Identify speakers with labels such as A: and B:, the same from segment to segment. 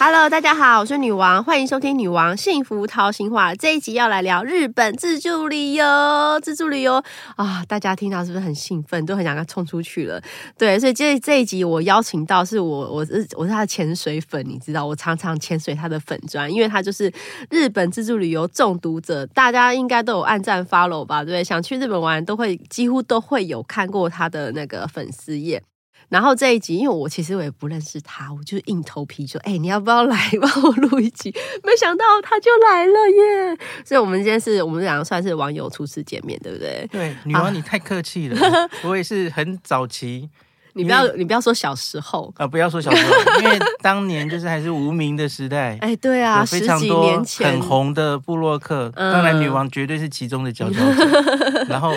A: Hello，大家好，我是女王，欢迎收听《女王幸福掏心话》这一集要来聊日本自助旅游，自助旅游啊，大家听到是不是很兴奋，都很想要冲出去了？对，所以这这一集我邀请到是我，我是我是他的潜水粉，你知道，我常常潜水他的粉砖，因为他就是日本自助旅游中毒者，大家应该都有暗赞 follow 吧，对不对？想去日本玩都会几乎都会有看过他的那个粉丝页。然后这一集，因为我其实我也不认识他，我就硬头皮说：“哎、你要不要来帮我录一集？”没想到他就来了耶！所以我们今天是我们两个算是网友初次见面，对不对？
B: 对，女王你太客气了， 我也是很早期
A: 你不要你不要说小时候，
B: 啊、呃不要说小时候，因 为当年就是还是无名的时代，
A: 哎、对啊，
B: 有
A: 十
B: 非常
A: 几
B: 多
A: 年前
B: 很红的部落客，
A: 嗯
B: 当然女王绝对是其中的佼佼 者。然后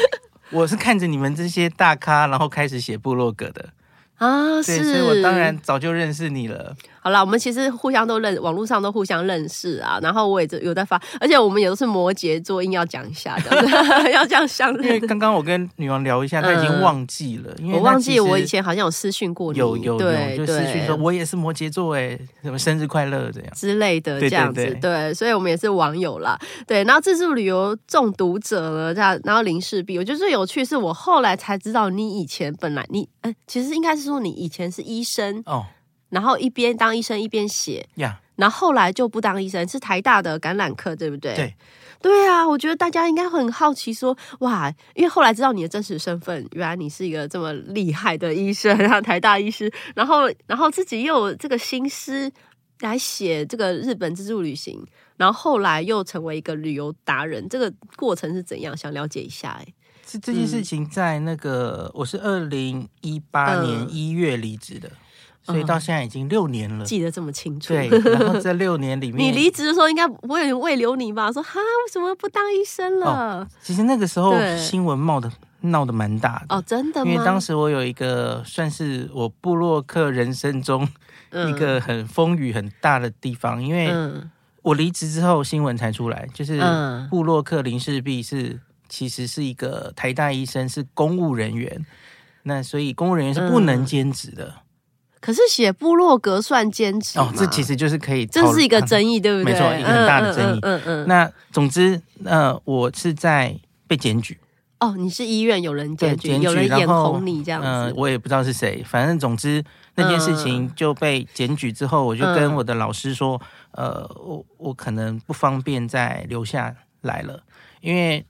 B: 我是看着你们这些大咖，然后开始写部落格的，
A: 啊，
B: 对，
A: 是。
B: 所以我当然早就认识你 了。
A: 好啦，我们其实互相都认，网络上都互相认识啊。然后我也有在发，而且我们也都是摩羯座，硬要讲一下 的， 要这样相
B: 因为
A: 认。
B: 刚刚我跟女王聊一下，她已
A: 嗯
B: 经忘记了，因为
A: 我
B: 她
A: 忘
B: 其
A: 记我
B: 实
A: 以前好像有私讯过你，
B: 有有
A: 对
B: 有，就私讯
A: 对
B: 说我也是摩羯座哎，什么生日快乐这样。
A: 之类的
B: 对对
A: 这样子，
B: 对
A: 所以我们也是网友啦，对。然后自助旅游中毒者呢，这样，然后林氏璧，我觉得最有趣是我后来才知道，你以前本来你，哎、其实应该是说你以前是医生，
B: 哦
A: 然后一边当医生一边写，
B: 呀，
A: 然后后来就不当医生，是台大的感染科，对不对？
B: 对，
A: 对啊，我觉得大家应该很好奇说，哇，因为后来知道你的真实身份，原来你是一个这么厉害的医生，然后台大医师，然后 然后自己又有这个心思来写这个日本自助旅行，然后后来又成为一个旅游达人，这个过程是怎样？想了解一下、哎，
B: 这这件事情在那个、我是二零一八
A: 嗯
B: 年一月离职的，所以到现在已经六年了。
A: 记得这么清楚。
B: 嗯对，然后这六年里面，
A: 你离职的时候应该不会有人慰留你吧？说哈，为什么不当医生了？
B: 其实那个时候
A: 对
B: 新闻闹的闹得蛮大的。
A: 哦，真的吗？
B: 因为当时我有一个算是我部落客人生中一个很风雨很大的地方，因为
A: 嗯
B: 我离职之后新闻才出来，就是
A: 嗯
B: 部落客林世璧是其实是一个台大医生，是公务人员，那所以公务人员是
A: 嗯
B: 不能兼职的。
A: 可是写部落格算兼职
B: 哦，这
A: 吗
B: 其实就是可以讨
A: 这
B: 论，
A: 是一个争议，对不对？
B: 没错一个很大的争议
A: 嗯嗯嗯嗯嗯
B: 那总之，呃，我是在被检举，
A: 哦，你是医院有人检
B: 对检举
A: 有人眼
B: 然后
A: 红你这样
B: 嗯、
A: 子。嗯
B: 我也不知道是谁，反正总之那件事情就被检举之后，我就跟我的老师说，呃，我我可能不方便再留下来了，因为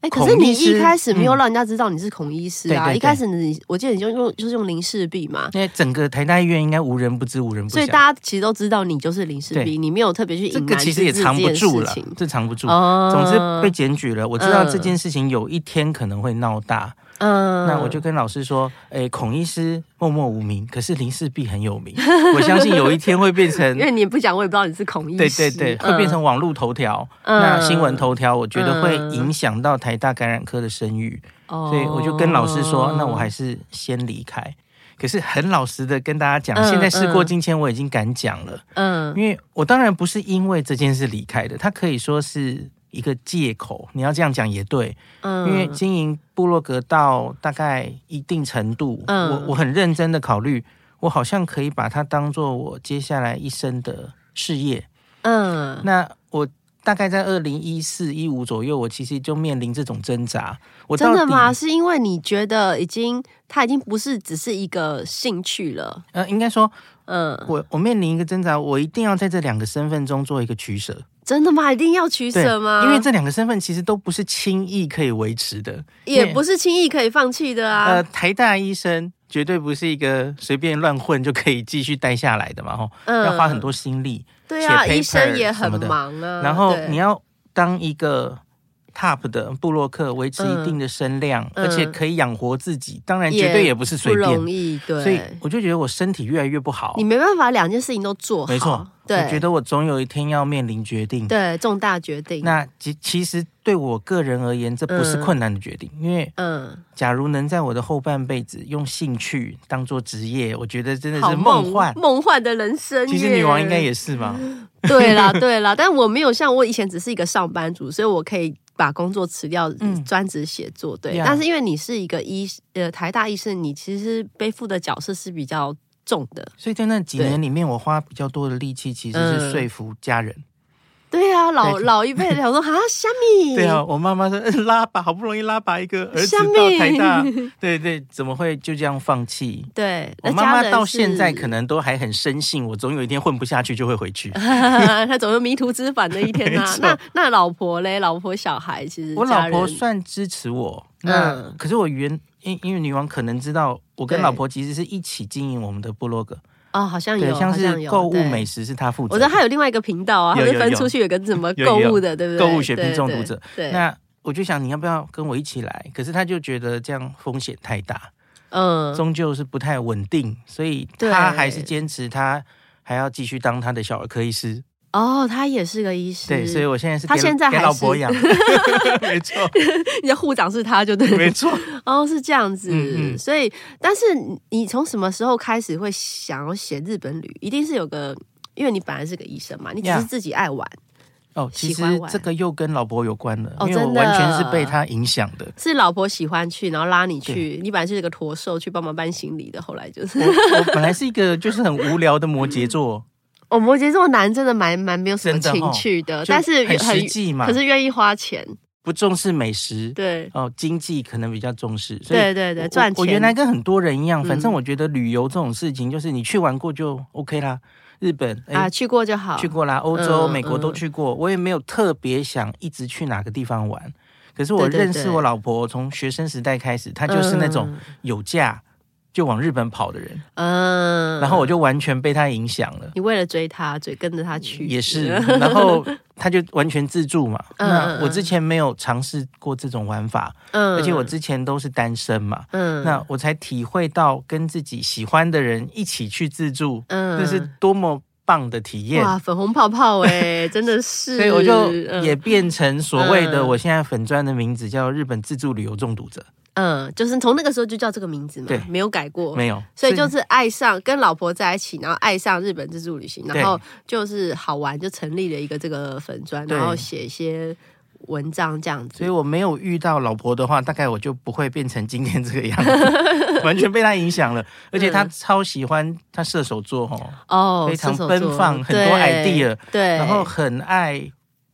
A: 哎，可是
B: 孔
A: 你
B: 医师
A: 一开始没有
B: 嗯
A: 让人家知道你是孔医师啊！
B: 对对对
A: 一开始你，我记得你就用就是用林氏璧嘛，
B: 因为整个台大医院应该无人不知，无人不
A: 所以
B: 晓。
A: 大家其实都知道你就是林氏璧，
B: 对
A: 你没有特别去
B: 这
A: 隐
B: 个
A: 瞒
B: 其实也
A: 自己
B: 藏不
A: 这件
B: 住
A: 事
B: 了
A: 情，
B: 这藏不住。
A: 哦
B: 总之被检举了，我知道
A: 嗯
B: 这件事情有一天可能会闹大，
A: 嗯
B: 那我就跟老师说，诶，孔医师默默无名，可是林氏璧很有名， 我相信有一天会变成
A: 因，为你也不讲，我也不知道你是嗯孔医
B: 对
A: 师，
B: 对对，会变成网络头条，那新闻头条，我觉得会影响到台大感染科的声誉，
A: 嗯，
B: 所以我就跟老师说
A: 哦，
B: 那我还是先离开。可是很老实的跟大家讲，
A: 嗯
B: 现在事过境迁，我已经敢讲了，
A: 嗯
B: 因为我当然不是因为这件事离开的，它可以说是一个借口，你要这样讲也对，
A: 嗯，
B: 因为经营部落格到大概一定程度，
A: 嗯
B: 我我很认真的考虑，我好像可以把它当做我接下来一生的事业。
A: 嗯
B: 那我大概在二零一四一五左右，我其实就面临这种挣扎。我到
A: 真
B: 底
A: 的吗？？是因为你觉得已经它已经不是只是一个兴趣了，
B: 呃，应该说，
A: 嗯，
B: 我我面临一个挣扎，我一定要在这两个身份中做一个取舍。
A: 真的吗？一定要取舍吗？
B: 因为这两个身份其实都不是轻易可以维持的。
A: 也不是轻易可以放弃的啊
B: 呃，。台大医生绝对不是一个随便乱混就可以继续待下来的嘛，吼，
A: 嗯
B: 要花很多心力。
A: 对啊，
B: 写 paper
A: 医生也很
B: 什么的
A: 忙啊。
B: 然后
A: 对
B: 你要当一个 top 的布洛克，维持一定的声量，
A: 嗯
B: 而且可以养活自己，当然
A: 也
B: 绝对也不是
A: 不
B: 随便。
A: 容易，
B: 所以
A: 对，
B: 我就觉得我身体越来越不好
A: 你。没办法两件事情都做好。
B: 没错，我觉
A: 对
B: 得我总有一天要面临决定。
A: 对，重大决定。
B: 那其其实对我个人而言，这不是
A: 嗯
B: 困难的决定，因为
A: 嗯，
B: 假如能在我的后半辈子用兴趣当做职业，我觉得真的
A: 好
B: 是梦幻。
A: 梦幻的人生。
B: 其实女王应该。也是吧？
A: 对啦，对啦，但我没有像我以前只是一个上班族，所以我可以把工作辞掉，
B: 嗯
A: 专职写作。对
B: Yeah
A: 但是因为你是一个医呃台大医生，你其实背负的角色是比较重的。
B: 所以在那几
A: 对
B: 年里面，我花比较多的力气其实
A: 嗯
B: 是说服家人。
A: 对啊，老
B: 对
A: 老一辈的 想说啊，虾米，
B: 对啊，，我妈妈说嗯拉拔，好不容易拉拔一个儿子
A: 虾
B: 到
A: 米
B: 台大，对 对，怎么会就这样放弃？
A: 对，
B: 我
A: 那
B: 妈
A: 家
B: 妈
A: 人
B: 到
A: 是
B: 现在可能都还很深信，我总有一天混不下去就会回 去。
A: 他总有迷途知返的一天 呐、
B: 没错
A: 那那老婆嘞，老婆小孩其实
B: 我
A: 家
B: 老
A: 人
B: 婆算支持我，那、
A: 嗯
B: 可是我原因因为女王可能知道，我跟
A: 对
B: 老婆其实是一起经营我们的部落格，
A: 哦，好像
B: 对
A: 有，，
B: 像
A: 好
B: 是
A: 有
B: 购物。
A: 对
B: 美食是她负责。
A: 我知道他有另外一个频道啊，他
B: 有
A: 是
B: 有
A: 分
B: 有
A: 出去有个什么
B: 有
A: 购
B: 有
A: 物的，对不对？
B: 购物血
A: 对
B: 拼中毒者，
A: 对，对
B: 那我就想你要不要跟我一起来？可是她就觉得这样风险太大，
A: 嗯，
B: 终究是不太稳定，所以
A: 对
B: 她还是坚持她还要继续当她的小儿科医师。
A: 哦，他也是个医师，
B: 对，所以我现在是
A: 她
B: 给
A: 现在
B: 给
A: 还
B: 老婆
A: 是
B: 养， 没错，
A: 你的护长是他，就对了，
B: 没 错。
A: 哦，是这样子，
B: 嗯嗯
A: 所以，但是你你从什么时候开始会想要写日本旅？一定是有个，因为你本来是个医生嘛，你只是
B: Yeah
A: 自己爱玩
B: 哦，其
A: 喜欢
B: 实
A: 玩
B: 这个又跟老婆有关了，
A: 哦
B: 因为我
A: 真的
B: 完全是被她影响的。
A: 是老婆喜欢去，然后拉你去，你本来是一个驼兽去帮忙搬行李的，后来就是，
B: 我我本来是一个就是很无聊的摩羯座，
A: 哦，摩羯座男真的蛮蛮没有什么
B: 真的
A: 情
B: 哦
A: 趣的，
B: 就
A: 呃但是
B: 很实际嘛
A: 可，是愿意花钱，
B: 不重视美食，
A: 对，
B: 哦，经济可能比较重视，所以
A: 对对对
B: 我
A: 赚钱
B: 我原来跟很多人一
A: 嗯
B: 样，反正我觉得旅游这种事情，就是你去玩过就 OK 啦。日本哎、
A: 啊，去过就好，
B: 去过啦，欧洲、
A: 嗯
B: 美国都去过，我也没有特别想一直去哪个地方玩。可是我
A: 对对
B: 认识
A: 对嗯
B: 我老婆，从学生时代开始，她就是那种有假就往日本跑的人，
A: 嗯，嗯嗯
B: 然后我就完全被她影响了。
A: 你为了追他，追跟着他去，
B: 也是，然后他就完全自助嘛。
A: 嗯
B: 那我之前没有尝试过这种玩法，
A: 嗯
B: 而且我之前都是单身嘛，
A: 嗯
B: 那我才体会到跟自己喜欢的人一起去自助，
A: 嗯
B: 那是多么棒的体验。
A: 哇，粉红泡泡哎、 真的是，
B: 所以我就
A: 嗯
B: 也变成所谓的
A: 嗯
B: 我现在粉砖的名字叫日本自助旅游中毒者，
A: 嗯，就是从那个时候就叫这个名字嘛，
B: 对
A: 没有改过，
B: 没有，
A: 哦所以就是爱上跟老婆在一起，然后爱上日本自助旅行，
B: 对
A: 然后就是好玩，就成立了一个这个粉砖，
B: 对
A: 然后写一些文章这样子。
B: 所以我没有遇到老婆的话，大概我就不会变成今天这个样子， 完全被她影响了。而且她超喜欢她射手座哦，
A: 哦，
B: 非常
A: 射手座
B: 奔放很多
A: 对
B: idea，
A: 对，
B: 然后很爱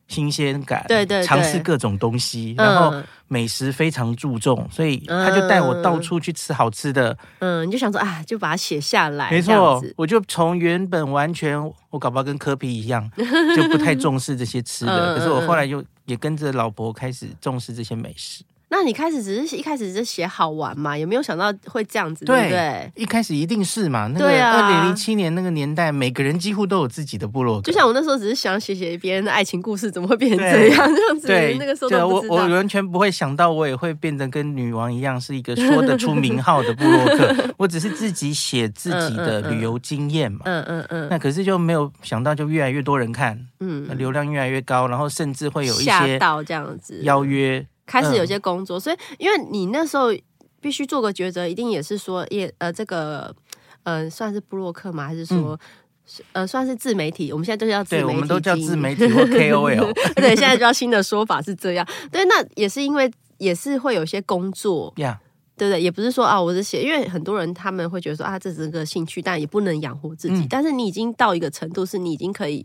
B: 新鲜感，
A: 对对对
B: 尝试各种东西，
A: 嗯
B: 然后美食非常注重，所以她就带我到处去吃好吃的。
A: 嗯，你就想说啊，就把它写下来，
B: 没
A: 这样
B: 错
A: 子，
B: 我就从原本完全我搞不好跟科比一 样，就不太重视这些吃
A: 嗯嗯
B: 的，可是我
A: 嗯
B: 后来就也跟着老婆开始重视这些美食。
A: 那你开始只是一开始只是写好玩嘛，有没有想到会这样子，对
B: 对
A: 不对？
B: 一开始一定是嘛，那个
A: 哎对
B: 二
A: 啊
B: 零零七年那个年代，每个人几乎都有自己的部落格，
A: 就像我那时候只是想写写别人的爱情故事，怎么会变成这
B: 对
A: 样？ 这样子，
B: 对，
A: 那个时候
B: 对
A: 都不
B: 我
A: 知
B: 我
A: 道。
B: 完全不会想到，我也会变得跟女王一样，是一个说得出名号的部落 客。我只是自己写自己的
A: 嗯嗯嗯
B: 旅游经验嘛。
A: 嗯嗯嗯
B: 那可是就没有想到，就越来越多人看，
A: 嗯，
B: 流量越来越高，然后甚至会有一
A: 吓
B: 些嗯
A: 到这样子，
B: 邀约。
A: 开始有些工作，所以因为你那时候必须做个抉择，一定也是说也呃这个呃算是布洛克吗？还是说、呃算是自媒体？我们现在都叫呃自媒体，
B: 嗯对，我们都叫自。媒体 或 KOL。
A: 对，现在就要新的说法是这样。对，那也是因为也是会有些工作，
B: 呀，
A: 对不对？也不是说啊，我是写，因为很多人他们会觉得说啊，这只是个兴趣，但也不能养活自己。
B: 嗯
A: 但是你已经到一个程度，是你已经可以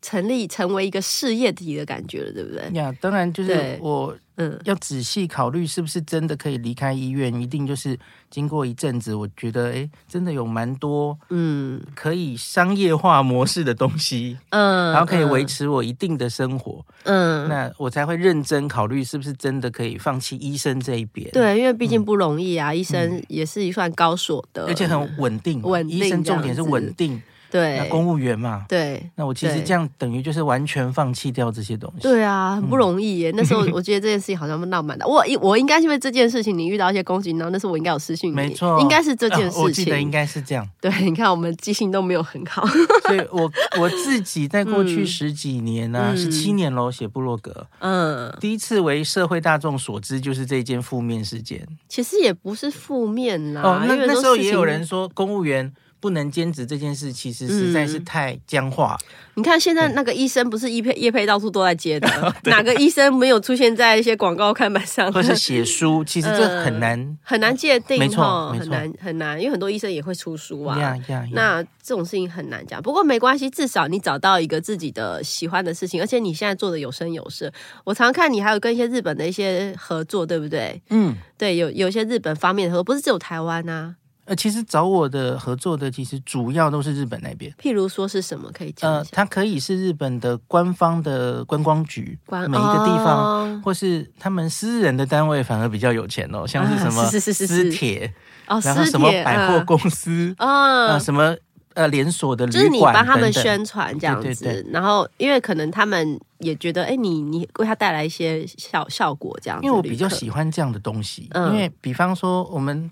A: 成立成为一个事业体的感觉了，对不对？
B: 呀，当然就
A: 呃对
B: 是我
A: 嗯
B: 要仔细考虑是不是真的可以离开医院，一定就是经过一阵子，我觉得哎，诶真的有蛮多
A: 嗯
B: 可以商业化模式的东西，
A: 嗯，
B: 然后可以维
A: 持
B: 持我一定的生活，
A: 嗯。嗯
B: 那我才会认真考虑是不是真的可以放弃医生这一边。，
A: 对，因为毕竟不容易啊，医生也是一算高所得，
B: 嗯而且很稳定嘛，
A: 稳定
B: 医生重点是稳定，那
A: 对
B: 公务员嘛。
A: 对
B: 那我其实
A: 对
B: 这样等于就是完全放弃掉这些东西。
A: 对
B: 嗯
A: 啊，很不容易 耶。那时候我觉得这件事情好像蛮浪漫的，我我应该是因为这件事情你遇到一些攻击，然后那时候我应该有私讯你，
B: 没错，
A: 应该是这件
B: 啊 我
A: 事
B: 记得应
A: 情。
B: 该是这样。
A: 对，你看我们记性都没有很好，
B: 所以我我自己在过去
A: 嗯
B: 十几年呢、啊，
A: 嗯
B: 十七年喽，写部落格，
A: 嗯，
B: 第一次为社会大众所知就是这件负面事件。
A: 其实也不是负面啦。
B: 哦，那
A: 啊因为
B: 那
A: 都
B: 时候
A: 事
B: 也
A: 情
B: 有人说公务员不能兼职这件事，其实实在是
A: 嗯
B: 太僵化。
A: 你看现在
B: 嗯
A: 那个医生不是叶配叶配到处都在接 的，哪个医生没有出现在一些广告看板上？
B: 或是写书，其实
A: 嗯
B: 这很难。
A: 很难界定，
B: 没错
A: 吼
B: 没错
A: 很难很难，因为很多医生也会出书啊。
B: 呀呀呀！
A: 那这种事情很难讲，不过没关系，至少你找到一个自己的喜欢的事情，而且你现在做的有声有色。我常看你还有跟一些日本的一些合作，对不对？
B: 嗯，
A: 对，有有一些日本方面的合作，不是只有台湾啊。
B: 呃，其实找我的合作的，其实主要都是日本那边。
A: 譬如说是什么可以讲
B: 呃
A: 一，下？
B: 它可以是日本的官方的观光局，
A: 关
B: 每一个地方，
A: 哦
B: 或是他们私人的单位反而比较有钱 哦，像是什么
A: 是是是是
B: 私铁，
A: 哦，
B: 然后
A: 私
B: 什么
A: 铁
B: 百货公司，
A: 啊
B: 呃，，什么呃连锁的旅
A: 就是你
B: 馆
A: 帮他们
B: 等等
A: 宣传这样子，
B: 对对
A: 然后因为可能他们也觉得，哎、你你为他带来一些效效果这样子。
B: 因为我比较
A: 旅客
B: 喜欢这样的东西，
A: 嗯
B: 因为比方说我们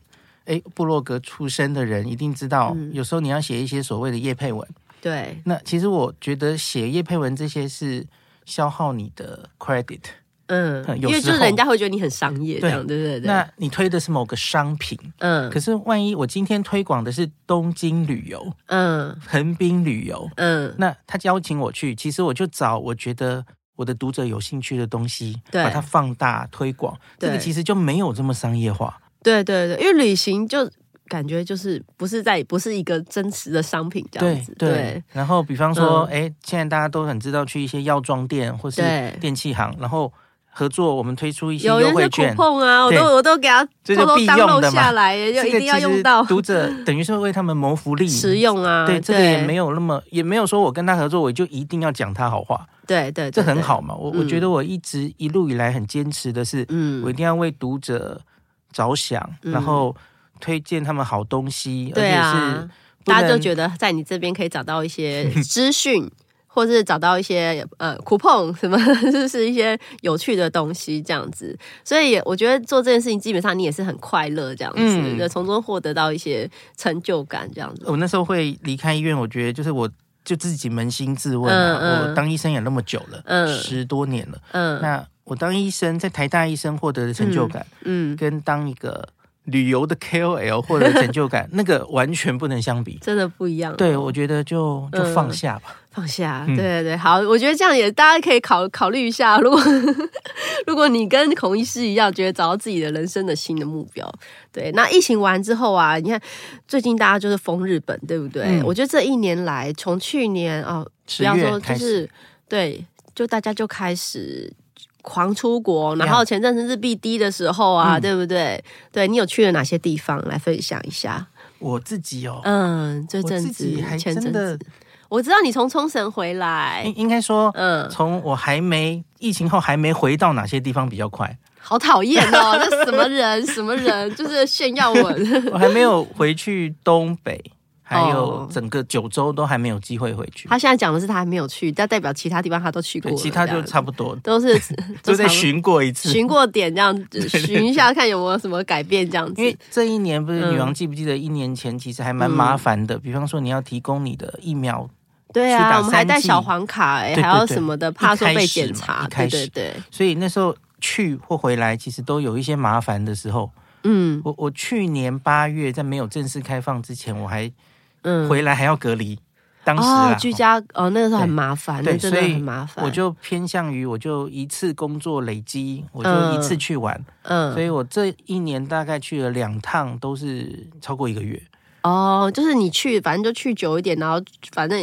B: 哎部落格出身的人一定知道，
A: 嗯
B: 有时候你要写一些所谓的叶配文，
A: 对，
B: 那其实我觉得写叶配文这些是消耗你的 credit，
A: 嗯，
B: 嗯
A: 因
B: 有
A: 为
B: 时
A: 就是
B: 候
A: 人家会觉得你很商业这样，对对对。
B: 那你推的是某个商品，
A: 嗯
B: 可是万一我今天推广的是东京旅 游、
A: 嗯
B: 横滨旅游，
A: 嗯，
B: 那他邀请我去，其实我就找我觉得。我的读者有兴趣的东西，
A: 对
B: 把它放大推广，这个
A: 对
B: 其实就没有这么商业化。
A: 对对对，因为旅行就感觉就是不是在不是一个真实的商品这样
B: 对
A: 子，对
B: 对，然后比方说，
A: 嗯
B: 哎、现在大家都很知道去一些药妆店或是
A: 对
B: 电器行，然后合作，我们推出一些
A: 有
B: 优
A: 那些
B: 惠
A: 苦
B: 券，
A: 碰啊，我
B: 对
A: 都我都给他
B: 这
A: 偷
B: 就
A: 偷
B: 必
A: d
B: 用
A: o
B: 的
A: 下
B: 嘛。
A: 来，就一定要用到
B: 这个其实读者等于是为他们谋福 利，
A: 实用啊。
B: 对这个也没
A: 有，
B: 有那么，也没有说我跟他合作，我就一定要讲他好话，
A: 对对，对
B: 这很。
A: 对
B: 好嘛。我我觉得我一直一路以来很坚持的是，
A: 嗯
B: 我一定要为读者着想，
A: 嗯
B: 然后推荐他们好东西，
A: 对
B: 而且
A: 啊
B: 是，不
A: 大家就
B: 能
A: 觉得在你这边可以找到一些 资讯，或是找到一些呃 coupon 什么，就是一些有趣的东西这样子。所以也我觉得做这件事情，基本上你也是很快乐这样子，
B: 嗯
A: 就从中获得到一些成就感这样子。
B: 我那时候会离开医院，我觉得就是我就自己扪心自问、啊，
A: 嗯嗯
B: 我当医生也那么久了，
A: 嗯
B: 十多年了，
A: 嗯
B: 那我当医生在台大医生获得的成就感，
A: 嗯，
B: 跟当一个旅游的 KOL 获得的成就 感，那个完全不能相比。
A: 真的不一样。
B: 对，我觉得就就
A: 嗯
B: 放下吧。
A: 放下，对
B: 嗯
A: 对对，好，我觉得这样也大家可以考考虑一下。如果 如果你跟孔医师一样，觉得找到自己的人生的新的目标，对，那疫情完之后啊，你看最近大家就是疯日本，对不对？
B: 嗯
A: 我觉得这一年来，从去年哦，
B: 十
A: 不要
B: 月
A: 说
B: 开
A: 就
B: 始，
A: 是对，就大家就开始狂出国，然
B: 呀
A: 后前阵子日币低的时候啊，
B: 嗯
A: 对不对？对你有去了哪些地方来分享一下？
B: 我自己哦，
A: 嗯，这
B: 我
A: 阵
B: 自
A: 子
B: 己还
A: 前
B: 真
A: 阵
B: 的
A: 子，我知道你从冲绳回来，
B: 应应该说，
A: 嗯，
B: 从我还没疫情后还没回到哪些地方比较快，
A: 好讨厌 哦！这什么人，什么人，就是炫耀文。
B: 我还没有回去东北，还有
A: 哦
B: 整个九州都还没有机会回 去。
A: 他现在讲的是他还没有去，但代表其他地方他都去过
B: 对，
A: 了，
B: 其他就
A: 这样
B: 差不多，
A: 都 是
B: 就在
A: 常
B: 巡过一次。
A: 巡过点这样子，巡一下看有没有什么改变这样子
B: 因。为这一年不是
A: 嗯
B: 女王，记不记得一年前其实还蛮麻烦的，比方说你要提供你的疫苗，
A: 对
B: 去
A: 啊，
B: 打
A: 我们还
B: 三
A: 带
B: 剂
A: 小黄卡哎、
B: 对对
A: 还要
B: 对
A: 什么的，怕说被检
B: 一
A: 查。对
B: 开始
A: 对
B: 嘛一开始
A: 对，
B: 所以那时候去或回来其实都有一些麻烦的时候。
A: 嗯
B: 我我去年八月在没有正式开放之前，我还
A: 嗯。
B: 回来还要隔离，当时
A: 哦
B: 啊，，
A: 居家哦，那个时候很
B: 对
A: 麻烦，那
B: 对，
A: 真
B: 所
A: 的
B: 以
A: 很麻烦。
B: 我就偏向于我就一次工作累积，我就一次去玩，所
A: 嗯
B: 以我这一年大概去了两趟，都是超过一个月。
A: 哦，就是你去，反正就去久一点，然后反正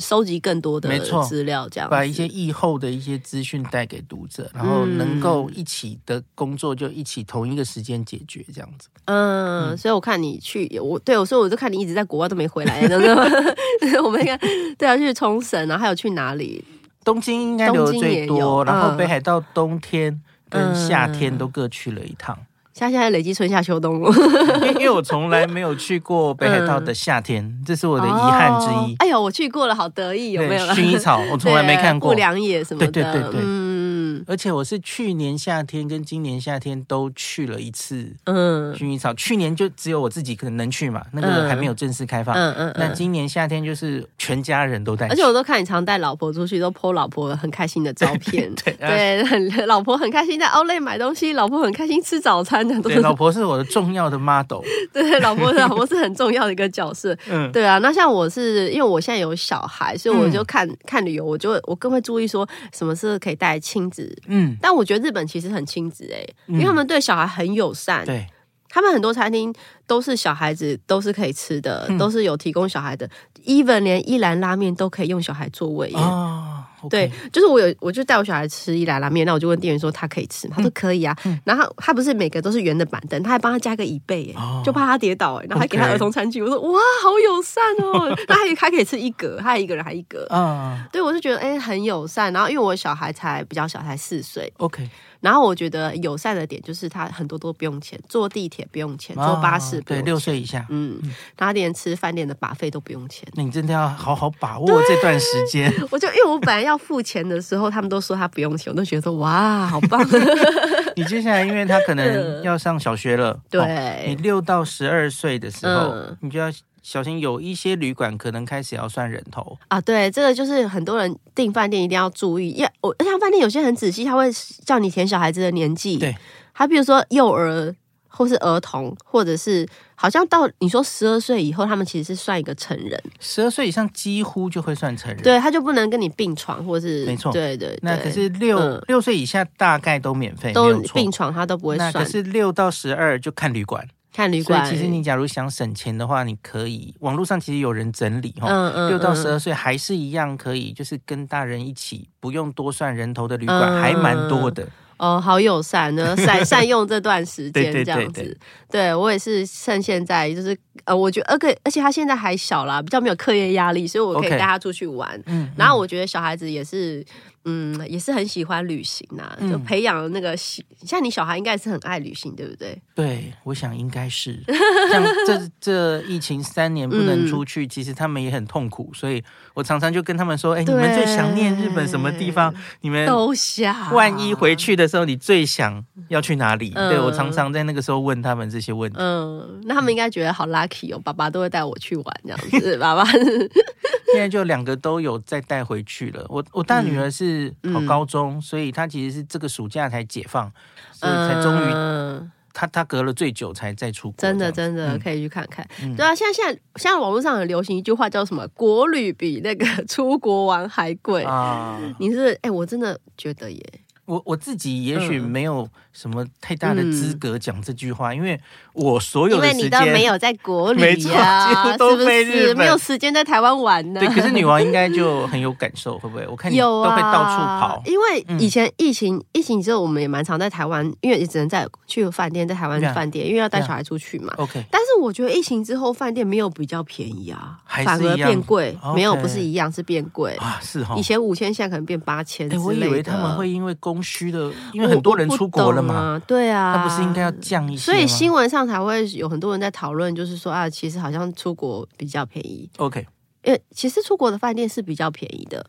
A: 收集更多的
B: 没错
A: 资料，这样
B: 把
A: 子嗯
B: 一些疫后的一些资讯带给读者，然后能够一起的工作就一起同一个时间解决这样子。
A: 嗯，所以我看你去，我对我说，我就看你一直在国外都没回来，真的。 我们看，对啊，去冲绳，然后还有去哪里？
B: 东京应该留的最
A: 东京也有
B: 多，然后
A: 嗯
B: 北海道冬天跟夏天都各去了一趟，
A: 现在现在累积春夏秋冬，
B: 因为因为我从来没有去过北海道的
A: 嗯
B: 夏天，这是我
A: 我
B: 的遗憾之一。
A: 哦哎呦，我去过了，好得意，有
B: 对，
A: 没有啦？
B: 薰衣草我从来没看
A: 对啊
B: 过
A: 不。良野什么的，
B: 对对对对
A: 嗯，嗯
B: 而且我是去年夏天跟今年夏天都去了一次
A: 嗯
B: 薰衣草，去年就只有我自己可能能去嘛，那个还没有正式开放。
A: 嗯嗯
B: 那
A: 嗯。
B: 今年夏天就是全家人都带去，
A: 而且我都看你常带老婆出去，都 po 老婆很开心的照片，
B: 对啊
A: 对，很老婆很开心在 Olay 买东西，老婆很开心吃早餐的，都
B: 对
A: 是
B: 老婆是我的重要的 model，
A: 对，老婆 老婆是很重要的一个角色。
B: 嗯，
A: 对啊，那像我是因为我现在有小孩，所以我
B: 嗯
A: 就看、看旅游，我就我更会注意说什么是可以带亲子。
B: 嗯，
A: 但我觉得日本其实很亲子哎、因为
B: 嗯
A: 他们对小孩很友善，
B: 对，
A: 他们很多餐厅都是小孩子都是可以吃的，
B: 嗯
A: 都是有提供小孩的，even 连一兰拉面都可以用小孩座位耶。
B: 哦，
A: 对
B: OK，，
A: 就是我有，我就带我小孩吃一兰拉面，那我就问店员说他可以吃吗，他
B: 嗯
A: 说可以啊。然后他不是每个都是圆的板凳，他还帮他加个椅背耶，
B: 哦
A: 就怕他跌倒哎，然后还给他
B: OK
A: 儿童餐具。我说哇，好友善 哦，那还还可以吃一格，他一个人还一格。
B: 啊
A: 对，我就觉得哎、很友善。然后因为我小孩才比较小，才四岁，
B: ，OK，
A: 然后我觉得友善的点就是他很多都不用钱，坐地铁不用钱，坐巴士
B: 啊
A: 不
B: 对
A: 用
B: 六
A: 钱，
B: 岁以下，
A: 嗯，然后连吃饭店的把费都不用钱。
B: 那你真的要好好把握这段时 间。
A: 我就因为我本来要付钱的时候，他们都说他不用钱，我都觉得说哇，好棒。啊
B: 你接下来，因为他可能要上小学了，哦
A: 嗯
B: 你
A: 对，
B: 六到十二岁的时
A: 哎
B: 候，
A: 嗯
B: 你就要小心，有一些旅馆可能开始要算人头。
A: 啊，对，这个就是很多人订饭店一定要注意，因为我像饭店有些很仔细，他会叫你填小孩子的年纪，
B: 对，
A: 他比如说幼儿或是儿童，或者是好像到你说十二岁以后，他们其实是算一个成人，
B: 十二岁以上几乎就会算成人。，
A: 对，他就不能跟你并床，或是
B: 没错
A: 对对对，
B: 那可是六
A: 嗯
B: 六岁以下大概都免费，没
A: 都
B: 有错
A: 并。床他都不会
B: 那可
A: 算，
B: 是六到十二就看旅馆，
A: 看旅
B: 所以
A: 馆，
B: 其实你假如想省钱的话，你可以网络上其实有人整理哈，
A: 嗯嗯
B: 六到
A: 嗯
B: 十二岁还是一样可以，就是跟大人一起，不用多算人头的旅
A: 嗯
B: 馆还蛮多的。
A: 哦，好友善 呢，善善用这段时间
B: 对对
A: 这样
B: 对
A: 子。
B: 对
A: 对我也是趁现在，就是呃，我觉得而且而且他现在还小啦，比较没有课业压力，所以我可以
B: OK
A: 带他出去玩。
B: 嗯，
A: 然后我觉得小孩子也是，嗯，也是很喜欢旅行呐、
B: 嗯
A: 就培养那个喜。像你小孩应该也是很爱旅行，对不对？
B: 对，我想应该是像 这这疫情三年不能出
A: 嗯
B: 去，其实他们也很痛苦，所以我常常就跟他们说：“哎，你
A: 对
B: 们最想念日本什么地方？你们
A: 都想。
B: 嗯万一回，去的时候，你最想要去哪里？”
A: 嗯
B: 对我常常在那个时候问他们这些问题。
A: 嗯，那他们应该觉得好 lucky 哦，爸爸都会带我去玩这样子，爸爸
B: 现在就两个都有再带回去了。我我大
A: 嗯
B: 女儿是考高中，所以她其实是这个暑假才解放， 所以才终于
A: 于
B: 她她隔了最久才再出国。
A: 嗯真的
B: 这样
A: 真的
B: 嗯
A: 可以去看看。
B: 嗯
A: 对啊，现在现在现在网络上很流行一句话叫什么“国旅比那个 出国玩还贵”
B: 啊。
A: 你是哎、我真的觉得耶，
B: 我我自己也许
A: 嗯
B: 没有什么太大的资格讲这句话，因为我所有
A: 因
B: 的
A: 为
B: 时
A: 你都
B: 间
A: 没。有在国旅
B: 没错
A: 呀、
B: 几
A: 是
B: 乎都
A: 不
B: 飞日
A: 是
B: 本
A: 没有时间在台湾玩呢
B: 对，？ 可是女王应该就很有感受，会不会？我看你
A: 有
B: 都
A: 啊，
B: 会到处跑，嗯
A: 因为以前疫情、疫情之后，我们也蛮常在台湾，因为也只能在去饭店，在台湾
B: Yeah
A: 饭店，因为要带
B: Yeah
A: 小孩出去嘛。
B: OK，
A: 但是我觉得疫情之后，饭店没有比较便宜啊，
B: 还是
A: 反而
B: 一样
A: 变贵。没有，
B: OK
A: 不是一样，是变贵。
B: 啊，是哈
A: 以。前五千，现在可能变八千之
B: 哎，
A: 类的。
B: 我以为他们会因为供需的，因为很多人出国了
A: 我
B: 嘛，
A: 我不懂啊对啊，
B: 那不是应该要。降一些
A: 所
B: 吗？
A: 以新闻上才会有很多人在讨论，就是说啊，其实好像出国比较便宜，
B: OK，
A: 因为其实出国的饭店是比较便宜的。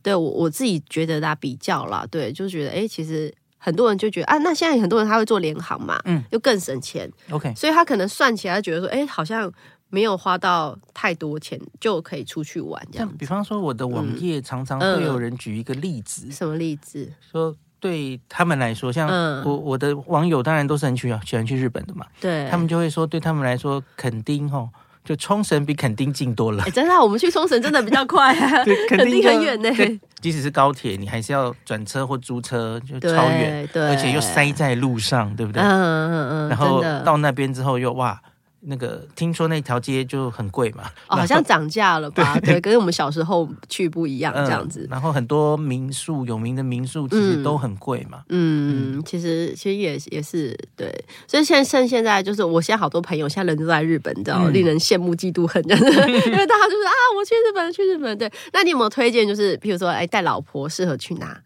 A: 对我我自己觉得啦，比较啦，对，就觉得哎、诶其实很多人就觉得啊，那现在很多人他会做联航嘛，
B: 嗯，
A: 又更省钱，
B: OK，
A: 所以他可能算起来觉得说，哎、好像没有花到太多钱就可以出去玩这
B: 像
A: 样。
B: 比方说我的网页常常
A: 嗯
B: 会有人举一个例子，
A: 什么例子？
B: 说对他们来说，像
A: 嗯
B: 我我的网友当然都是很喜欢喜欢去日本的嘛，
A: 对，
B: 他们就会说，对他们来说，垦丁吼，就冲绳比垦丁近多了
A: 哎、。真的啊、我们去冲绳真的比较快啊，
B: 对， 垦
A: 肯定
B: 就
A: 很远呢、
B: 对 即使是高铁，你还是要转车或租车，就
A: 对
B: 超远，，
A: 对，
B: 而且又塞在路上，对不对？
A: 嗯嗯嗯，
B: 然后
A: 真的
B: 到那边之后又哇，那个听说那条街就很贵嘛，
A: 哦，好
B: 然后
A: 像涨价了吧？对，跟我们小时候去不一样，
B: 嗯
A: 这样子。
B: 然后很多民宿，有名的民宿其实都很贵嘛。
A: 嗯，其实其实也也是对，所以现在趁现在就是，我现在好多朋友现在人都在日本，你知道，
B: 嗯
A: 令人羡慕嫉妒恨， 真的，因为大家就是啊，我去日本，去日本。对，那你有没有推荐？就是譬如说，哎，带老婆适合去哪？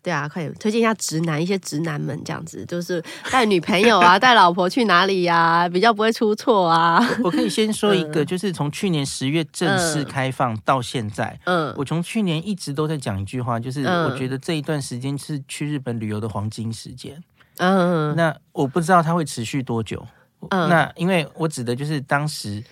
A: 对啊，快点推荐一下直男，一些直男们这样子，就是带女朋友 啊，带老婆去哪里呀、比较不会出错啊。
B: 我可以先说一
A: 嗯
B: 个，就是从去年十月正式开放到现在，
A: 嗯，
B: 我从去年一直都在讲一句话，就是
A: 嗯
B: 我觉得这一段时间是去日本旅游的黄金时间。
A: 嗯
B: 那我不知道它会持续多久。
A: 嗯
B: 那因为我指的就是当时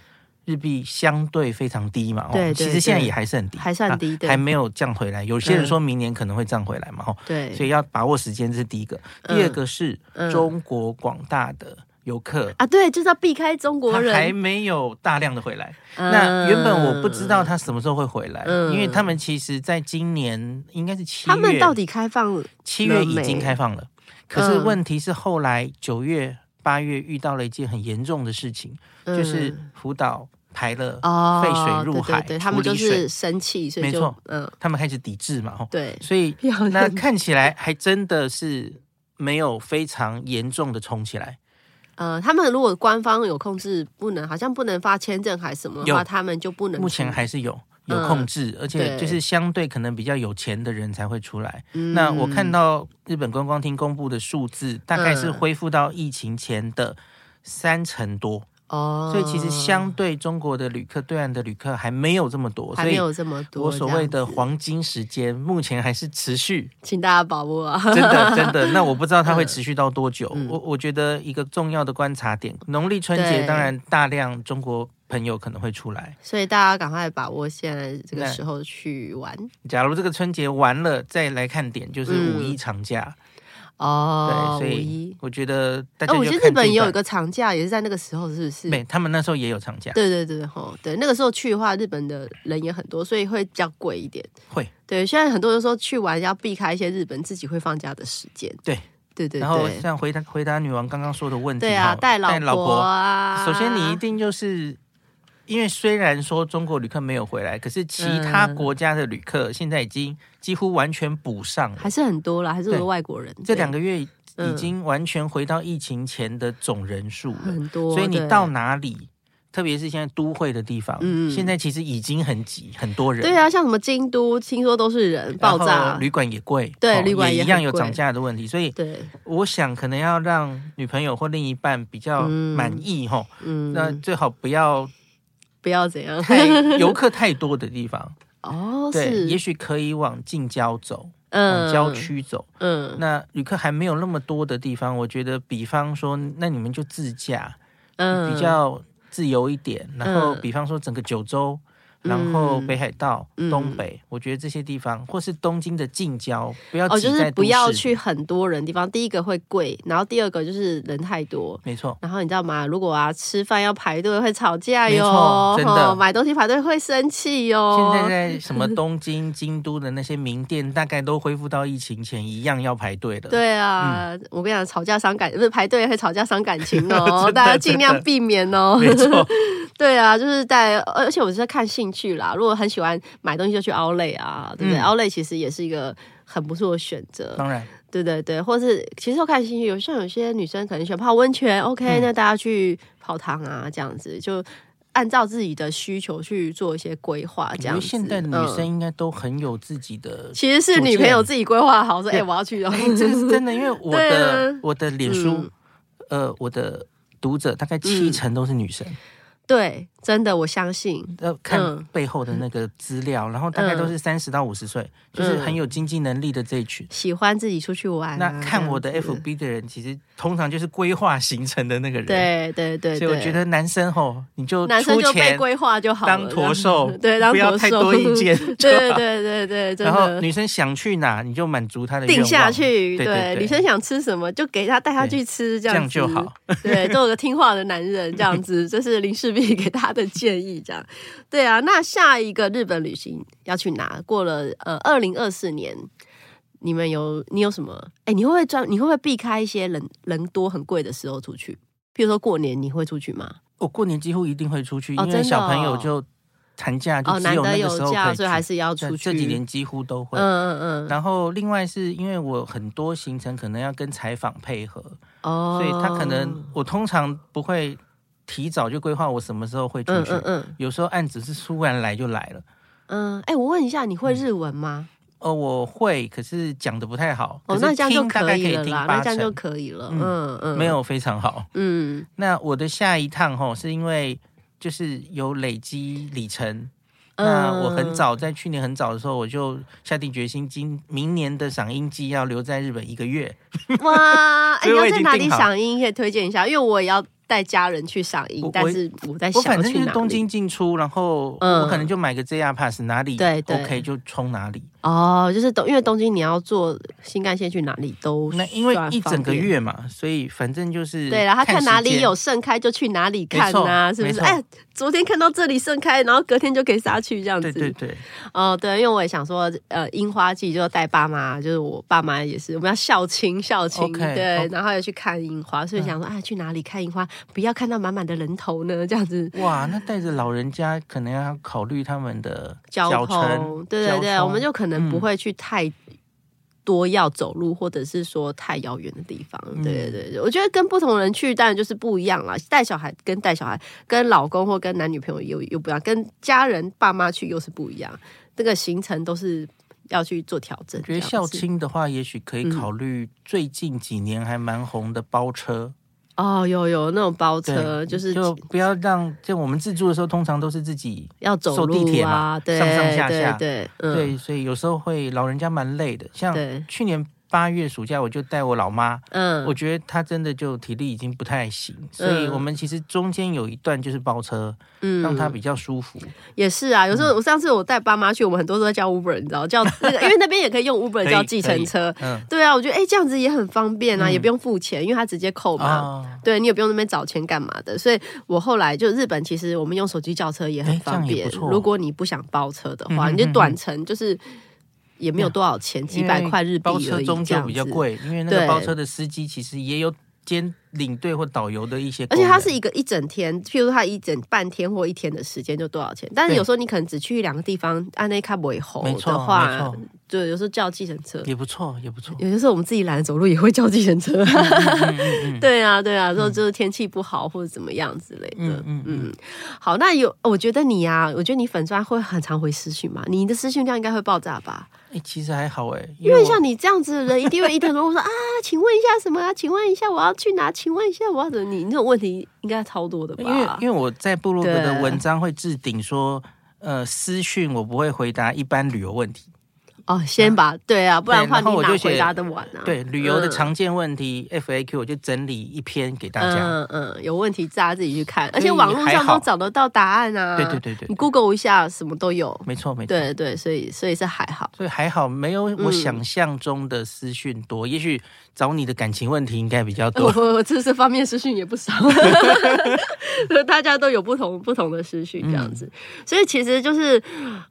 B: 日币相对非常低嘛，哦
A: 对对
B: 其实现在
A: 对
B: 也还是很低，
A: 还算低
B: 啊
A: 对嗯
B: 还没有降回来。有些人说明年可能会降回来嘛，哦，
A: 对，
B: 所以要把握时间，这是第一个。
A: 嗯
B: 第二个是
A: 嗯
B: 中国广大的游客。
A: 啊，对，就是要避开中国
B: 他还
A: 人。
B: 没有大量的回来，
A: 嗯
B: 那原本我不知道他什么时候会回来，
A: 嗯
B: 因为他们其实在今年应该是七月，
A: 他们到底开放
B: 七月已经开放了，可是
A: 嗯
B: 问题是后来九月、八月遇到了一件很严重的事情，就是福岛排了，
A: 嗯哦，
B: 废水入海
A: 对对对
B: 处
A: 他们
B: 理
A: 就是
B: 水
A: 生气，所以
B: 没
A: 就
B: 错
A: 嗯，
B: 他们开始抵制嘛，吼，
A: 对，
B: 所以
A: 漂亮
B: 那看起来还真的是没有非常严重的冲起来，
A: 呃，他们如果官方有控制，不能好像不能发签证还是什么的
B: 有
A: 话，他们就不能去。
B: 目前还是有。有
A: 嗯
B: 控制，而且
A: 对
B: 就是相对可能比较有钱的人才会出来。那我看到日本观光厅公布的数字，大概是
A: 嗯
B: 恢复到疫情前的三成多。
A: 哦，
B: 所以其实相对中国的旅客，对岸的旅客还没有这么多，
A: 还
B: 所
A: 没
B: 以
A: 有这么多
B: 我所谓
A: 这样
B: 的
A: 子，
B: 黄金时间，目前还是持续，
A: 请大家把握啊。
B: 真的真的。那我不知道它会持续到多久。
A: 嗯
B: 我我觉得一个重要的观察点，农历春节
A: 对
B: 当然大量中国朋友可能会出来。
A: 所以大家赶快把握现在这个
B: 那
A: 时候去玩
B: 假如这个春节完了再来看点，就是五一长假。
A: 嗯哦。
B: 对，所
A: 五
B: 以
A: 一，
B: 我觉得大
A: 哎、
B: 家就
A: 我
B: 看
A: 觉
B: 这
A: 得
B: 一段、
A: 日本也有一个长假，也是在那个时候，是不是？
B: 对，他们那时候也有长假，
A: 嗯对对对，吼，对，那个时候去的话，日本的人也很多，所以会比较贵一点。
B: 会。
A: 对，现在很多人说去玩要避开一些日本自己会放假的时间。
B: 对
A: 对对
B: 然后
A: 对，
B: 像回答回答女王刚刚说的问题，
A: 对啊，
B: 哈
A: 带老
B: 带老
A: 婆
B: 婆
A: 啊，
B: 首先，你一定就是因为虽然说中国旅客没有回来，可是其他
A: 嗯
B: 国家的旅客现在已经几乎完全补上了。
A: 还是很多啦，还是很多
B: 对
A: 外国人。
B: 这两
A: 个
B: 个月已
A: 嗯
B: 经完全回到疫情前的总人数了，
A: 很多，
B: 所以你
A: 对
B: 到哪里，特别是现在都会的地方，
A: 嗯
B: 现在其实已经很挤，很多人。
A: 对啊，像什么京都，听说都是人爆
B: 然后
A: 炸。啊
B: 旅馆也贵，
A: 对旅馆也
B: 一样
A: 很
B: 有
A: 贵
B: 涨价的问题，所以
A: 对，
B: 我想可能要让女朋友或另一半比较
A: 嗯
B: 满意吼，
A: 嗯，
B: 那最好不要
A: 不要怎样。
B: 太游客太多的地方，
A: 哦，
B: 对，
A: 是，
B: 也许可以往近郊走，往
A: 嗯
B: 郊，区走。
A: 嗯
B: 那旅客还没有那么多的地方，我觉得，比方说，那你们就自驾，
A: 嗯
B: 比较自由一点。然后，
A: 嗯
B: 比方说整个九州，然后北海道、
A: 嗯
B: 东北，我觉得这些地方，或是东京的近郊，不要
A: 哦，
B: 挤
A: 就是
B: 在
A: 不
B: 都市
A: 要。去很多人的地方。第一个会贵，然后第二个就是人太多。
B: 没错，
A: 然后你知道吗？如果啊吃饭要排队会吵架哟，
B: 没错真的
A: 吼买东西排队会生气
B: 现
A: 哟。
B: 在在什么东京、京都的那些名店，大概都恢复到疫情前一样要排队的。
A: 对啊，
B: 嗯
A: 我跟你讲，吵架伤感，不是排队会吵架伤感情
B: 真
A: 哦，
B: 的
A: 大家尽量避免哦。
B: 没错，
A: 对啊，就是在，而且我是在看兴趣啦。如果很喜欢买东西，就去 Outlet 啊，对不对、
B: 嗯
A: o u t l e t 其实也是一个很不错的选择。
B: 当然，
A: 对对对，或是其实我看兴趣，有像有些女生可能喜欢泡温泉，OK，、
B: 嗯
A: 那大家去泡汤啊，这样子就按照自己的需求去做一些规划， 这
B: 因
A: 样
B: 为
A: 子。
B: 现在的女
A: 嗯
B: 生应该都很有自己的
A: 其实是女朋友自己规划好，说哎、我要去哦，
B: 哎，这是真的，因为我
A: 对
B: 的
A: 啊
B: 我的脸书，呃，我的读者大概七成都是女
A: 嗯
B: 生，
A: 对，真的我相信，
B: 呃，看背后的那个资料，然后大
A: 嗯
B: 概都是三十到五十岁，就是很有经济能力的这一群。
A: 喜欢自己出去嗯玩、啊。
B: 那看我的
A: 这样子
B: FB 的人，其实通常就是规划行程的那个人，，
A: 对对对对，
B: 所以我觉得男生吼，你就
A: 男生
B: 出
A: 就被
B: 钱
A: 规划就好了，，
B: 当驼兽
A: 对，当
B: 不要
A: 驼
B: 太
A: 兽，，
B: 多意见
A: 对
B: 就
A: 对
B: 好
A: 对对对，真
B: 然后
A: 的。
B: 女生想去哪，你就满足她的愿
A: 定
B: 望
A: 下去，
B: 对对，
A: 女生想吃什么就给她带她去吃，这
B: 这
A: 样
B: 样
A: 子
B: 就好。。
A: 对，都有个听话的男人这样子， 这是林世璧给他的建议。这样，对啊。那下一个日本旅行要去哪？过了呃，二零二四年，你们有你有什么？哎，你会不会专？你会不会避开一些人人多很贵的时候出去？譬如说过年，你会出去吗？
B: 我过年几乎一定会出去，
A: 哦
B: 因
A: 真
B: 为
A: 的
B: 小朋
A: 哦
B: 友就寒假就
A: 哦，
B: 只
A: 难
B: 有
A: 得
B: 那个
A: 有
B: 时候可
A: 假，
B: 以
A: 所以还是要
B: 这
A: 出去。
B: 这几年几乎都会。
A: 嗯嗯嗯，
B: 然后另外是因为我很多行程可能要跟采访配合，
A: 哦，
B: 所以他可能我通常不会提早就规划我什么时候会出
A: 嗯
B: 去，
A: 嗯嗯
B: 有时候案子是突然来就来了。嗯
A: 嗯，哎、我问一下，你会日文吗？
B: 呃，我会，可是讲的不太好。
A: 哦，
B: 可
A: 那
B: 是
A: 这样就
B: 听大概
A: 可
B: 以
A: 以了
B: 听
A: 啦，
B: 八
A: 那这样就
B: 成
A: 可以了。嗯
B: 嗯
A: 嗯，
B: 没，有非常好。
A: 嗯
B: 那我的下一趟吼，是因为就是有累积里程。
A: 嗯
B: 那我很早在去年很早的时候，我就下定决心，今明年的赏樱季要留在日本一个月。
A: 哇，哎，
B: 所以
A: 你
B: 我
A: 要
B: 已
A: 在
B: 经
A: 哪
B: 订
A: 里
B: 好
A: 赏樱？可以推荐一下，因为我也要带家人去赏
B: 我
A: 樱
B: 我，
A: 但是我在
B: 我
A: 想
B: 反
A: 要
B: 正
A: 去
B: 就是
A: 哪
B: 东
A: 里
B: 京。进出，然后
A: 嗯
B: 我可能就买个 JR Pass，哪里
A: 对对
B: OK 就冲哪里。
A: 哦，就是东，因为东京你要坐新干线去哪里都
B: 那因为
A: 算
B: 一整
A: 方
B: 个
A: 便。
B: 月嘛，所以反正就是
A: 对了，他看哪
B: 时
A: 里
B: 间
A: 有盛开就去哪里看啊，
B: 没错
A: 是不是？
B: 没错
A: 哎，昨天看到这里盛开，然后隔天就可以杀去这样
B: 对
A: 子。
B: 对对，
A: 哦，对，因为我也想说，呃，樱花季就带爸妈，就是我爸妈也是，我们要孝亲孝亲
B: OK，
A: 对
B: OK 嗯
A: 然后也去看樱花，所以想说，啊，去哪里看樱花？不要看到满满的人头呢，这样子
B: 哇，那带着老人家可能要考虑他们的
A: 交
B: 程，
A: 通，对对对，
B: 交通
A: 我们就可能
B: 嗯
A: 不会去太。多要走路，或者是说太遥远的地方，
B: 嗯
A: 对对对对，我觉得跟不同人去，当然就是不一样啦。带小孩跟带小孩、跟老公或跟男女朋友又又不一样，跟家人爸妈去又是不一样，这个行程都是要去做调整。
B: 我觉得
A: 这样
B: 校
A: 子
B: 庆的话，也许可以
A: 嗯
B: 考虑最近几年还蛮红的包车，
A: 哦，有有那种包
B: 对
A: 车，就是
B: 就不要让就我们自助的时候，通常都是自己
A: 要走
B: 坐
A: 路
B: 地铁
A: 啊，
B: 嘛
A: 对
B: 上上下下
A: 对对，嗯
B: 对，所以有时候会老人家蛮累的。像
A: 对
B: 去年八月暑假，我就带我老妈，
A: 嗯，
B: 我觉得她真的就体力已经不太行，所以我们其实中间有一段就是包车，
A: 嗯
B: 让她比较舒服。
A: 也是
B: 嗯
A: 啊。有时候我上次我带爸妈去，我们很多时候在叫 Uber，你知道叫 那个，因为那边也可以用 Uber
B: 可以
A: 叫计程车。
B: 嗯，
A: 对啊，我觉得哎、这样子也很方便啊，
B: 嗯
A: 也不用付钱，因为他直接扣嘛。
B: 啊，
A: 对你也不用那边找钱干嘛的，所以我后来就日本，其实我们用手机叫车也很
B: 哎这样
A: 方
B: 也
A: 便
B: 不。错
A: 如果你不想包车的话，
B: 嗯嗯
A: 你就
B: 嗯
A: 短程就是也没有多少钱，几百块日币
B: 包
A: 而
B: 车
A: 已，
B: 终
A: 这
B: 究
A: 样
B: 比较
A: 子。
B: 贵，因为那个
A: 对
B: 包车的司机其实也有兼领队或导游的一些
A: 而
B: 功
A: 且
B: 能，
A: 它是一个一整天，譬如说它一整半天或一天的时间就多少钱，但是
B: 对
A: 有时候你可能只去两个地方，按那卡不会红
B: 没错
A: 的
B: 没
A: 话
B: 错，，
A: 对，有时候叫计程车，
B: 也不错也不错。
A: 有些时候我们自己懒得走路也会叫计程车。
B: 嗯嗯 嗯
A: 对啊，对啊，说就是天气不好或者怎么样之类的
B: 嗯。嗯嗯
A: 好，那有我觉得你啊，我觉得你粉钻会很常回私讯嘛，你的私讯量应该会爆炸吧？
B: 哎，其实还好哎，
A: 因为
B: 我
A: 像你这样子的人，一定会一堆人问我说 啊，请问一下什么啊？请问一下我要去哪？请问一下我要怎么？你那种问题应该超多的吧？
B: 因为因为我在部落格的
A: 对
B: 文章会置顶说，呃，私讯我不会回答一般旅游问题，
A: 哦，先把对啊，不然的话
B: 然后
A: 你
B: 我
A: 哪
B: 就写
A: 回答得完啊？
B: 对旅游的
A: 嗯
B: 常见问题 FAQ 我就整理一篇给大家。
A: 嗯嗯，有问题大家自己去看，而
B: 所以
A: 且网络上
B: 还好
A: 都找得到答案啊。
B: 对对对对
A: 你 Google 一下，什么都有。
B: 没错没错，
A: 对嗯对，所以所以是还好。
B: 所以还好没有我想象中的私讯多，也许找你的感情问题应该比较
A: 我
B: 多。
A: 我我这这方面私讯也不 少，大家都有不同不同的私讯这样子，
B: 嗯
A: 所以其实就是，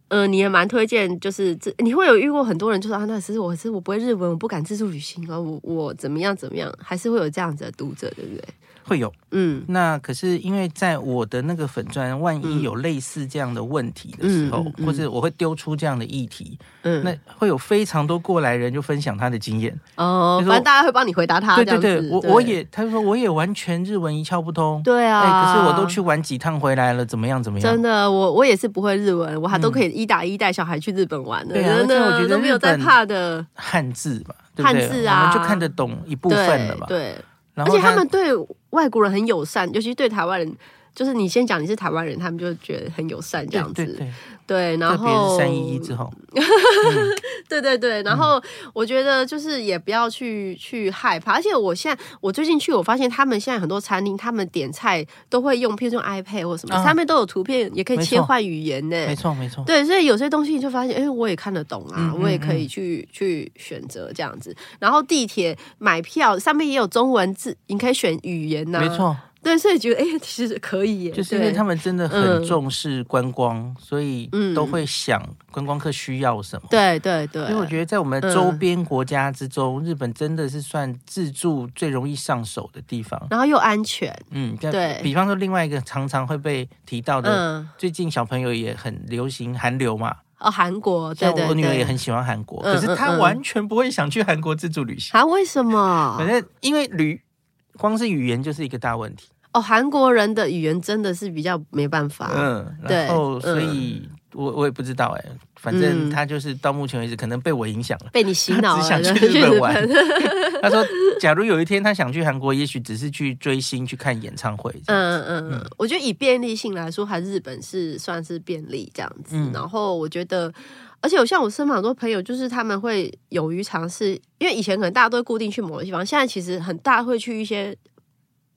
A: 呃，你也蛮推荐，就是这你会有遇过很多人就说啊，那其实我是我不会日文，我不敢自助旅行啊，我我怎么样怎么样，还是会有这样子的读者，对不对？
B: 会有
A: 嗯
B: 那可是因为在我的那个粉砖，万一有类似这样的问题的时候，
A: 嗯嗯嗯嗯
B: 或者我会丢出这样的议题，
A: 嗯，
B: 那会有非常多过来人就分享他的经验。
A: 哦，
B: 就是
A: 反正大家会帮你回答他，
B: 对
A: 啊这
B: 对
A: 样子
B: 对，我我也他说我也完全日文一窍不通。
A: 对啊、
B: 哎、可是我都去。玩几趟回来了，怎么样怎么样
A: 真？的，我我也是不会日文，我还都
B: 嗯
A: 可以一打一带小孩去日本玩的，
B: 对啊
A: 真的
B: 而且我觉得
A: 都没有在
B: 日本
A: 怕的，
B: 汉字嘛，对不对？
A: 汉字啊
B: 我们就看得懂一部分了嘛。
A: 对。对
B: 然
A: 而
B: 后
A: 且他
B: 它
A: 们对外国人很友善，尤其对台湾人，就是你先讲你是台湾人，他们就觉得很友善这样子。
B: 对对对，
A: 对然
B: 特别是
A: 后
B: 三一一嗯之后，嗯
A: 对对对，然后我觉得就是也不要去去害怕，而且我现在我最近去，我发现他们现在很多餐厅，他们点菜都会用，譬如说 iPad 或什么，
B: 啊
A: 上面都有图片，也可以
B: 没错
A: 切换语言呢。
B: 没错没错。
A: 对，所以有些东西你就发现，哎、我也看得懂啊，
B: 哦嗯嗯
A: 我也可以去去选择这样子。然后地铁买票上面也有中文字，你可以选语言呐、
B: 没错，
A: 对，所以觉得哎、其实可以耶，
B: 就是因为
A: 对
B: 他们真的
A: 嗯
B: 很重视观光，所以
A: 嗯
B: 都会想观光客需要什么。
A: 对对对，
B: 因为我觉得在我们
A: 嗯
B: 周边国家之中，日本真的是算自助最容易上手的地方。
A: 然后又安全，
B: 嗯，
A: 对
B: 对。比方说，另外一个常常会被提到的，
A: 嗯，
B: 最近小朋友也很流行韩流嘛，
A: 哦，韩国，对
B: 像
A: 对
B: 我女儿也
A: 对，
B: 很喜欢韩国，
A: 嗯
B: 可是她完全不会想去韩国自助旅行。
A: 啊，为什
B: 反
A: 么？
B: 正因为旅光是语言就是一个大问题，
A: 哦，韩国人的语言真的是比较没办法，
B: 嗯，
A: 对
B: 然后
A: 嗯
B: 所以我我也不知道哎、反正他就是到目前为止可能被我影响了。
A: 被你洗脑
B: 他
A: 了，
B: 只想去日本玩 他说，假如有一天他想去韩国，也许只是去追星、去看演唱会。嗯，
A: 嗯嗯嗯，我觉得以便利性来说，还日本是算是便利这样子。
B: 嗯
A: 然后我觉得，而且我像我身旁很多朋友，就是他们会勇于尝试，因为以前可能大家都会固定去某个地方，现在其实很大会去一些。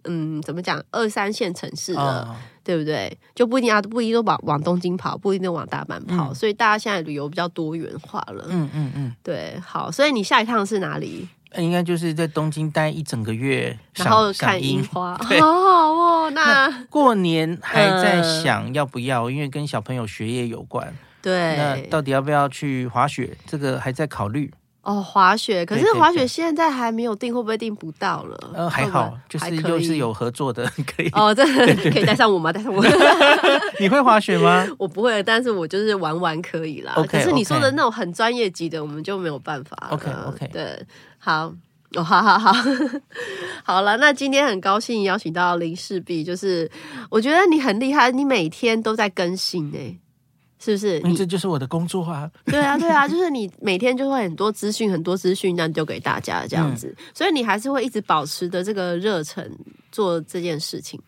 A: 嗯，怎么讲？二三线城市的，
B: 哦
A: 对不对？就不一定啊，不一定都往往东京跑，不一定都往大阪跑，
B: 嗯
A: 所以大家现在旅游比较多元化了。
B: 嗯嗯嗯，
A: 对，好，所以你下一趟是哪里？
B: 应该就是在东京待一整个月，
A: 然后
B: 赏赏
A: 看樱花，
B: 对
A: 好好哦。那
B: 过年还
A: 嗯
B: 在想要不要，因为跟小朋友学业有关。那
A: 对，
B: 到底要不要去滑雪？这个还在考虑。
A: 哦，滑雪，可
B: 对
A: 是
B: 对
A: 滑
B: 对
A: 雪现在还没有订，会不会订不到了？
B: 呃，还
A: 会不会
B: 好，就
A: 还
B: 是
A: 可
B: 又
A: 以
B: 是有合作的， 可以。
A: 哦，这可以带上我吗？带 上我，
B: 你会滑雪吗？
A: 我不会，但是我就是玩玩可以啦。
B: OK，
A: 可是你说的
B: OK
A: 那种很专业级的，我们就没有办法了。
B: OK，OK
A: 对，好。哦，好好 好，好了，那今天很高兴邀请到林世璧，就是我觉得你很厉害，你每天都在更新哎、是不是？
B: 嗯
A: 你
B: 这就是我的工作啊。
A: 对啊，对啊，就是你每天就会很多资讯，很多资讯这样丢给大家这样
B: 嗯
A: 子，所以你还是会一直保持的这个热忱做这件事情。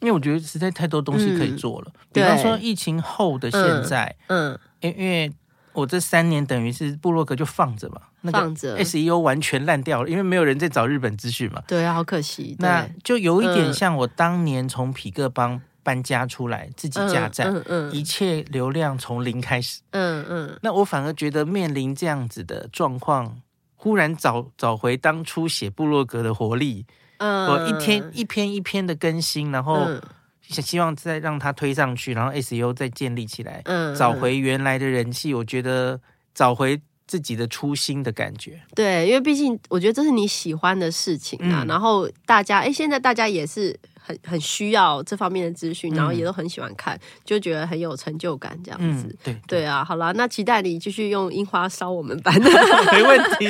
B: 因为我觉得实在太多东西可以做了，
A: 嗯
B: 比
A: 对
B: 方说疫情后的现在，
A: 嗯，
B: 因、因为我这三年等于是部落格就放着嘛，那个
A: 放着，
B: SEO 完全烂掉了，因为没有人在找日本资讯嘛，
A: 对啊，好可惜。
B: 那
A: 对
B: 就有一点
A: 嗯
B: 像我当年从匹克帮搬家出来自己架站，
A: 嗯嗯
B: 一切流量从零开始。
A: 嗯嗯，
B: 那我反而觉得面临这样子的状况，忽然找找回当初写部落格的活力，
A: 嗯
B: 我一天一篇一篇的更新，然后
A: 嗯
B: 想希望再让它推上去，然后 SEO 再建立起来，
A: 嗯
B: 找回原来的人气。我觉得找回自己的初心的感觉。
A: 对，因为毕竟我觉得这是你喜欢的事情啊。
B: 嗯
A: 然后大家，哎，现在大家也是很很需要这方面的资讯，然后
B: 嗯
A: 也都很喜欢看，就觉得很有成就感这样子。
B: 嗯，对，
A: 对啊，好啦，那期待你继续用樱花烧我们 班。
B: 没问 题。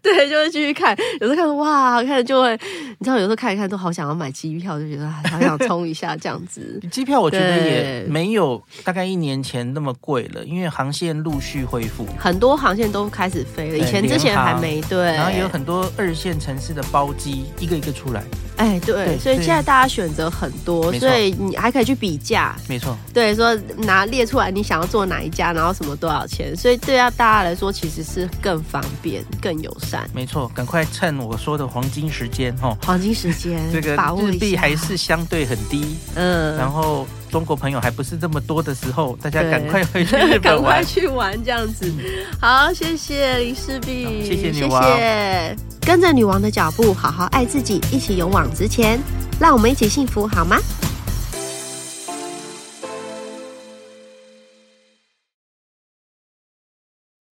A: 对，就会继续看，有时候看到哇，看着就会，你知道，有时候看一看都好想要买机票，就觉得哎好想冲一下这样子。
B: 机票我觉得也
A: 对
B: 没有大概一年前那么贵了，因为航线陆续恢复，
A: 很多航线都开始飞了，以
B: 对
A: 前之前还没对，
B: 然后也有很多二线城市的包机一个一个出来。
A: 哎对，
B: 对
A: 所以
B: 所以
A: 现在大家选择很多，
B: 没错
A: 所以你还可以去比价，
B: 没错，
A: 对，说拿列出来你想要做哪一家，然后什么多少钱，所以对啊大家来说其实是更方便、更友善。
B: 没错，赶快趁我说的黄金时间哦。
A: 黄金时间，
B: 这个
A: 嗯把握
B: 日
A: 一
B: 币
A: 下，
B: 还是相对很低，
A: 嗯，
B: 然后中国朋友还不是这么多的时候，大家
A: 对
B: 赶快 回去日
A: 赶
B: 本
A: 快
B: 玩。
A: 去玩这样子。好，谢谢林世
B: 好
A: 璧，
B: 谢谢女王
A: 谢谢跟着女王的脚步，好好爱自己，一起勇往直前，让我们一起幸福好吗？